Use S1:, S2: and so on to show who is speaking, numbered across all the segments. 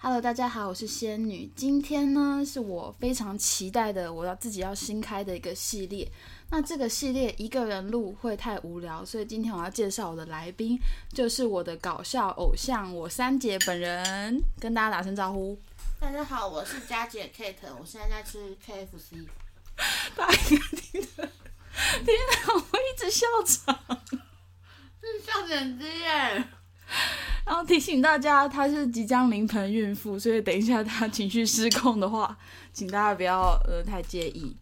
S1: Hello，大家好，我是仙女。今天呢，是我非常期待的，我要自己要新开的一个系列。那这个系列一个人录会太无聊，所以今天我要介绍我的来宾，就是我的搞笑偶像我三姐本人，跟大家打声招呼。
S2: 大家好，我是佳姐 Kate，我现在在吃 KFC。
S1: 大家应该 听得，天哪，我一直笑场。
S2: 这是笑点低耶！
S1: 然后提醒大家，她是即将临盆孕妇，所以等一下她情绪失控的话，请大家不要呃太介意。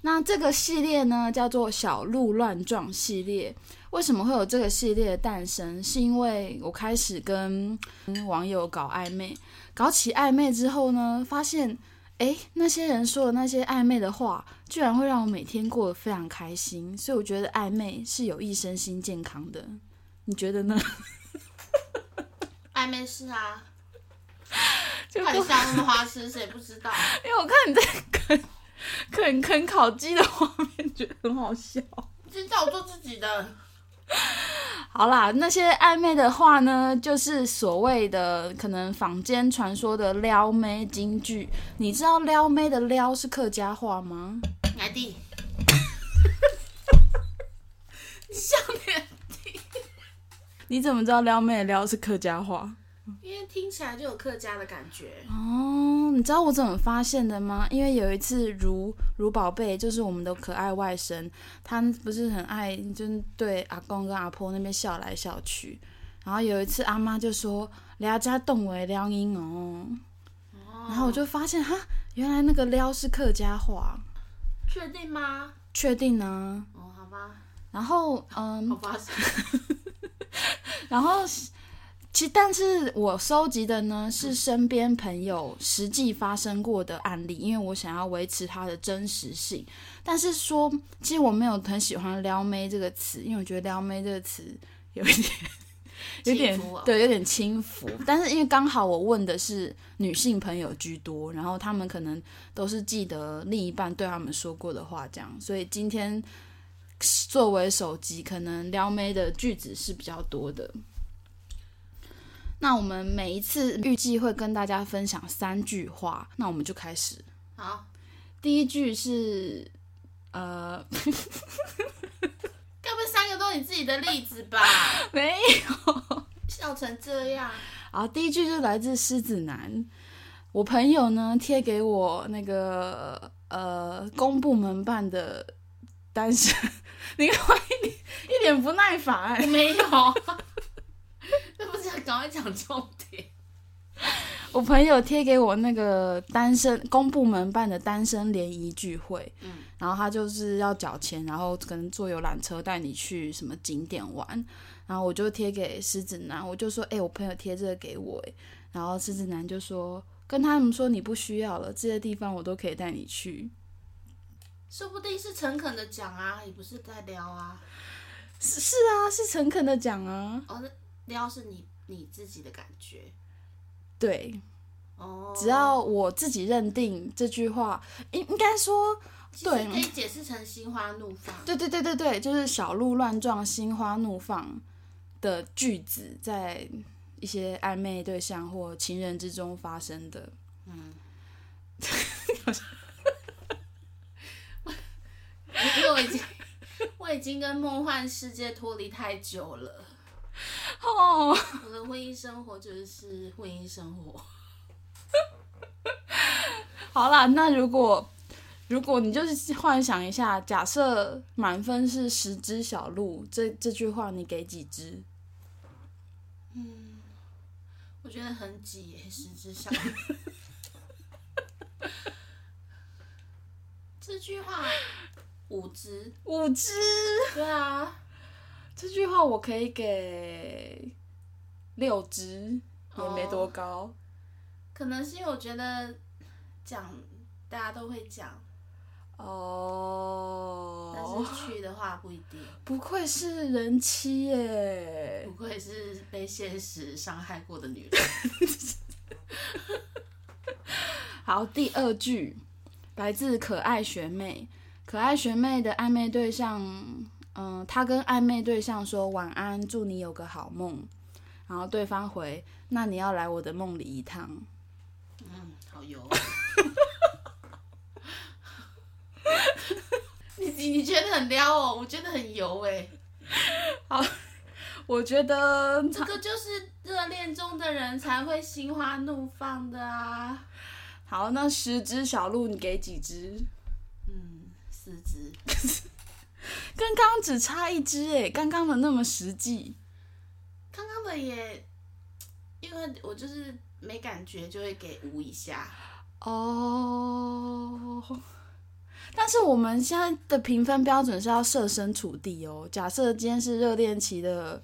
S1: 那这个系列呢，叫做“小鹿乱撞”系列。为什么会有这个系列的诞生？是因为我开始跟嗯网友搞暧昧，搞起暧昧之后呢，发现诶，那些人说的那些暧昧的话，居然会让我每天过得非常开心。所以我觉得暧昧是有益身心健康的。你觉得呢？
S2: 暧昧是啊，
S1: 就
S2: 看你笑那么花痴，谁不 知道？
S1: 因为哎我看你在啃啃啃烤鸡的画面，觉得很好笑。
S2: 今天叫我做自己的，
S1: 好啦，那些暧昧的话呢，就是所谓的可能坊间传说的撩妹金句。你知道撩妹的撩是客家话吗？
S2: 来弟。你笑点，
S1: 你怎么知道撩妹的撩是客家话？
S2: 因为听起来就有客家的感觉。
S1: 哦，你知道我怎么发现的吗？因为有一次如如宝贝，就是我们的可爱外甥，她不是很爱，就是对阿公跟阿婆那边笑来笑去。然后有一次阿妈就说：“俩家动为撩音哦。”然后我就发现哈，原来那个撩是客家话，
S2: 确定吗？
S1: 确定啊。
S2: 哦，好吧，
S1: 然后嗯
S2: 好，吧，
S1: 然后是其但是我收集的呢是身边朋友实际发生过的案例，因为我想要维持它的真实性。但是说，其实我没有很喜欢“撩妹”这个词，因为我觉得“撩妹”这个词有一点。有点
S2: 轻浮哦
S1: 对，有点轻浮，但是因为刚好我问的是女性朋友居多，然后他们可能都是记得另一半对他们说过的话，这样，所以今天作为手机，可能撩妹的句子是比较多的。那我们每一次预计会跟大家分享三句话，那我们就开始。
S2: 好，
S1: 第一句是，呃，
S2: 该不会三个都是你自己的例子吧？
S1: 没
S2: 笑成这样，
S1: 啊，第一句就来自狮子男，我朋友呢贴给我那个呃公部门办的单身，你干嘛一脸一脸不耐烦、
S2: 没有， 那不是要赶快讲重点？
S1: 我朋友贴给我那个单身公部门办的单身联谊聚会，
S2: 嗯
S1: 然后他就是要缴钱，然后可能坐游览车带你去什么景点玩，然后我就贴给狮子男，我就说，哎、我朋友贴这个给我、哎，然后狮子男就说，跟他们说你不需要了，这些地方我都可以带你去，
S2: 说不定是诚恳的讲啊，也不是在撩啊。
S1: 是是啊，是诚恳的讲啊，
S2: 哦，那撩是你你自己的感觉
S1: 对，
S2: 哦。
S1: 只要我自己认定这句话，应应该说
S2: 其实
S1: 对
S2: 可以解释成心花怒放。
S1: 对对对对对，就是小鹿乱撞、心花怒放的句子，在一些暧昧对象或情人之中发生的。
S2: 因为我已经我已经跟梦幻世界脱离太久了，
S1: 哦，
S2: 我的婚姻生活就是婚姻生活。
S1: 好啦，那如果如果你就是幻想一下，假设满分是十只小鹿，这这句话你给几只？
S2: 我觉得很挤耶，十只小。 这句话五只，
S1: 五只。
S2: 对啊，
S1: 这句话我可以给六只，也没多高。
S2: 可能是因为我觉得讲大家都会讲，
S1: 哦，
S2: 但是去的话不一定。
S1: 不愧是人妻耶
S2: 不！愧是被现实伤害过的女人。
S1: 好，第二句来自可爱学妹，可爱学妹的暧昧呃对象，嗯、她跟暧昧对象说晚安，祝你有个好梦。然后对方回：“那你要来我的梦里一趟。
S2: 嗯，好油、哦。 你你觉得很撩哦，我觉得很油哎、”
S1: 我觉得
S2: 这个就是热恋中的人才会心花怒放的啊。
S1: 好，那十只小鹿你给几只？
S2: 嗯，四肢
S1: 跟刚刚只差一只哎，刚刚的那么实际。
S2: 刚刚的也，因为我就是没感觉，就会给五以下。
S1: 哦。但是我们现在的评分标准是要设身处地哦。假设今天是热恋期的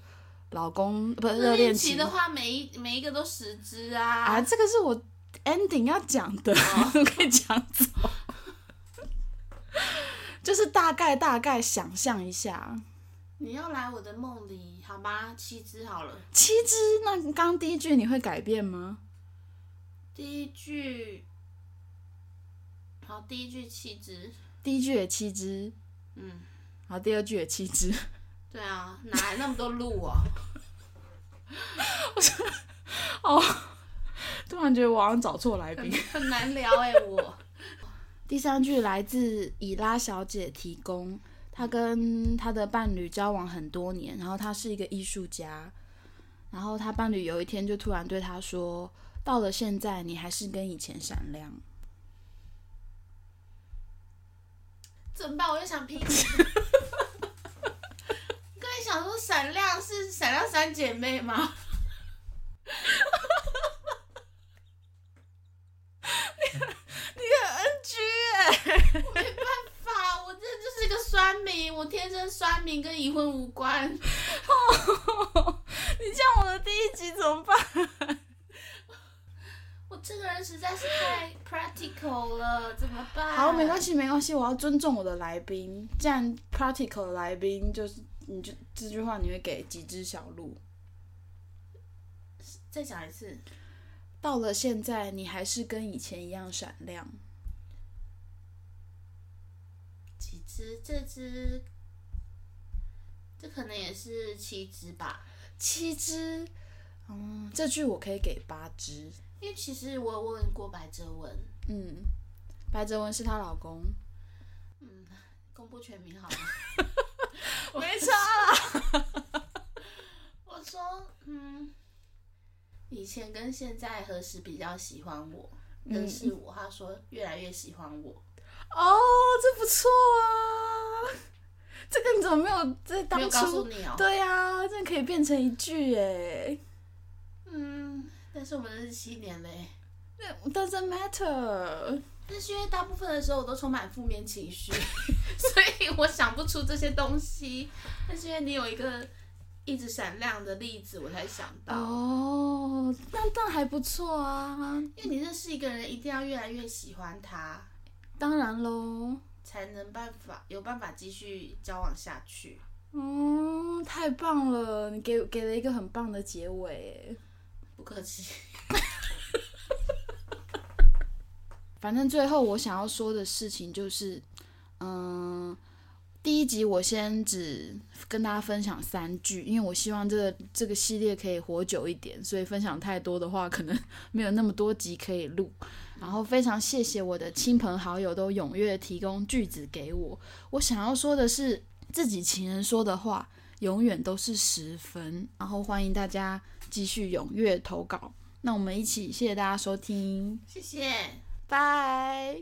S1: 老公，不是热
S2: 恋
S1: 恋
S2: 期
S1: 期
S2: 的话，每一每一个都十只
S1: 啊，
S2: 啊。
S1: 这个是我 ending 要讲的，我
S2: 哦
S1: 可以讲走。就是大概大概想象一下，
S2: 你要来我的梦里，好吧，七只好了。
S1: 七只。那刚刚第一句你会改变吗？
S2: 第一句，好，第一句七只，
S1: 第一句也七只，
S2: 嗯，
S1: 然后第二句也七只。
S2: 对啊，哪来那么多鹿哦？
S1: 突然觉得我好像找错来宾。
S2: 很难聊哎、我。
S1: 第三句来自以拉小姐提供，她跟她的伴侣交往很多年，然后她是一个艺术家，然后她伴侣有一天就突然对她说：“到了现在，你还是跟以前闪亮。
S2: 怎么办？我就想 劈你。刚才想说闪亮是闪亮三姐妹吗？
S1: 居
S2: 爸，我这就是个酸民，我天生酸民跟已婚无关。
S1: 你这样我的第一集怎么办？
S2: 我这个人实在是太 practical 了，怎么办？
S1: 好，没关
S2: 系。
S1: 系，没关系，我要尊重我的来宾。既然 practical 的来宾就是，你就这句话你会给几只小鹿？
S2: 再讲一次，
S1: 到了现在，你还是跟以前一样闪亮。
S2: 几只？这只，这可能也是七只吧。
S1: 七只，嗯，这句我可以给八只。
S2: 因为其实我有问过白哲文，
S1: 嗯，白哲文是她老公，
S2: 公布全名好吗？
S1: 没差。
S2: 我说，嗯，以前跟现在何时比较喜欢我？
S1: 嗯
S2: 认识我，他说越来越喜欢我。
S1: 哦，这不错啊，这个你怎么没有在
S2: 没
S1: 当
S2: 有告
S1: 初
S2: 诉？你哦。
S1: 对呀、啊，这可以变成一句哎。
S2: 嗯，但是我们认识七年嘞，
S1: 那 Doesn't matter，
S2: 但是因为大部分的时候我都充满负面情绪， 所以我想不出这些东西。但是因为你有一个一直闪亮的例子，我才想到。
S1: 哦，那那还不错啊，
S2: 因为你认识一个人，一定要越来越喜欢他，
S1: 当然喽。
S2: 才能办法有办法继续交往下去。
S1: 哦，太棒了！你给给了一个很棒的结尾哎。
S2: 不客气。
S1: 反正最后我想要说的事情就是，嗯，第一集我先只跟大家分享三句，因为我希望这个这个系列可以活久一点，所以分享太多的话，可能 没有那么多集可以录。然后非常谢谢我的亲朋好友都踊跃提供句子给我。我想要说的是，自己情人说的话永远都是十分。然后欢迎大家继续踊跃投稿。那我们一起，谢谢大家收听。
S2: 谢谢。
S1: 拜。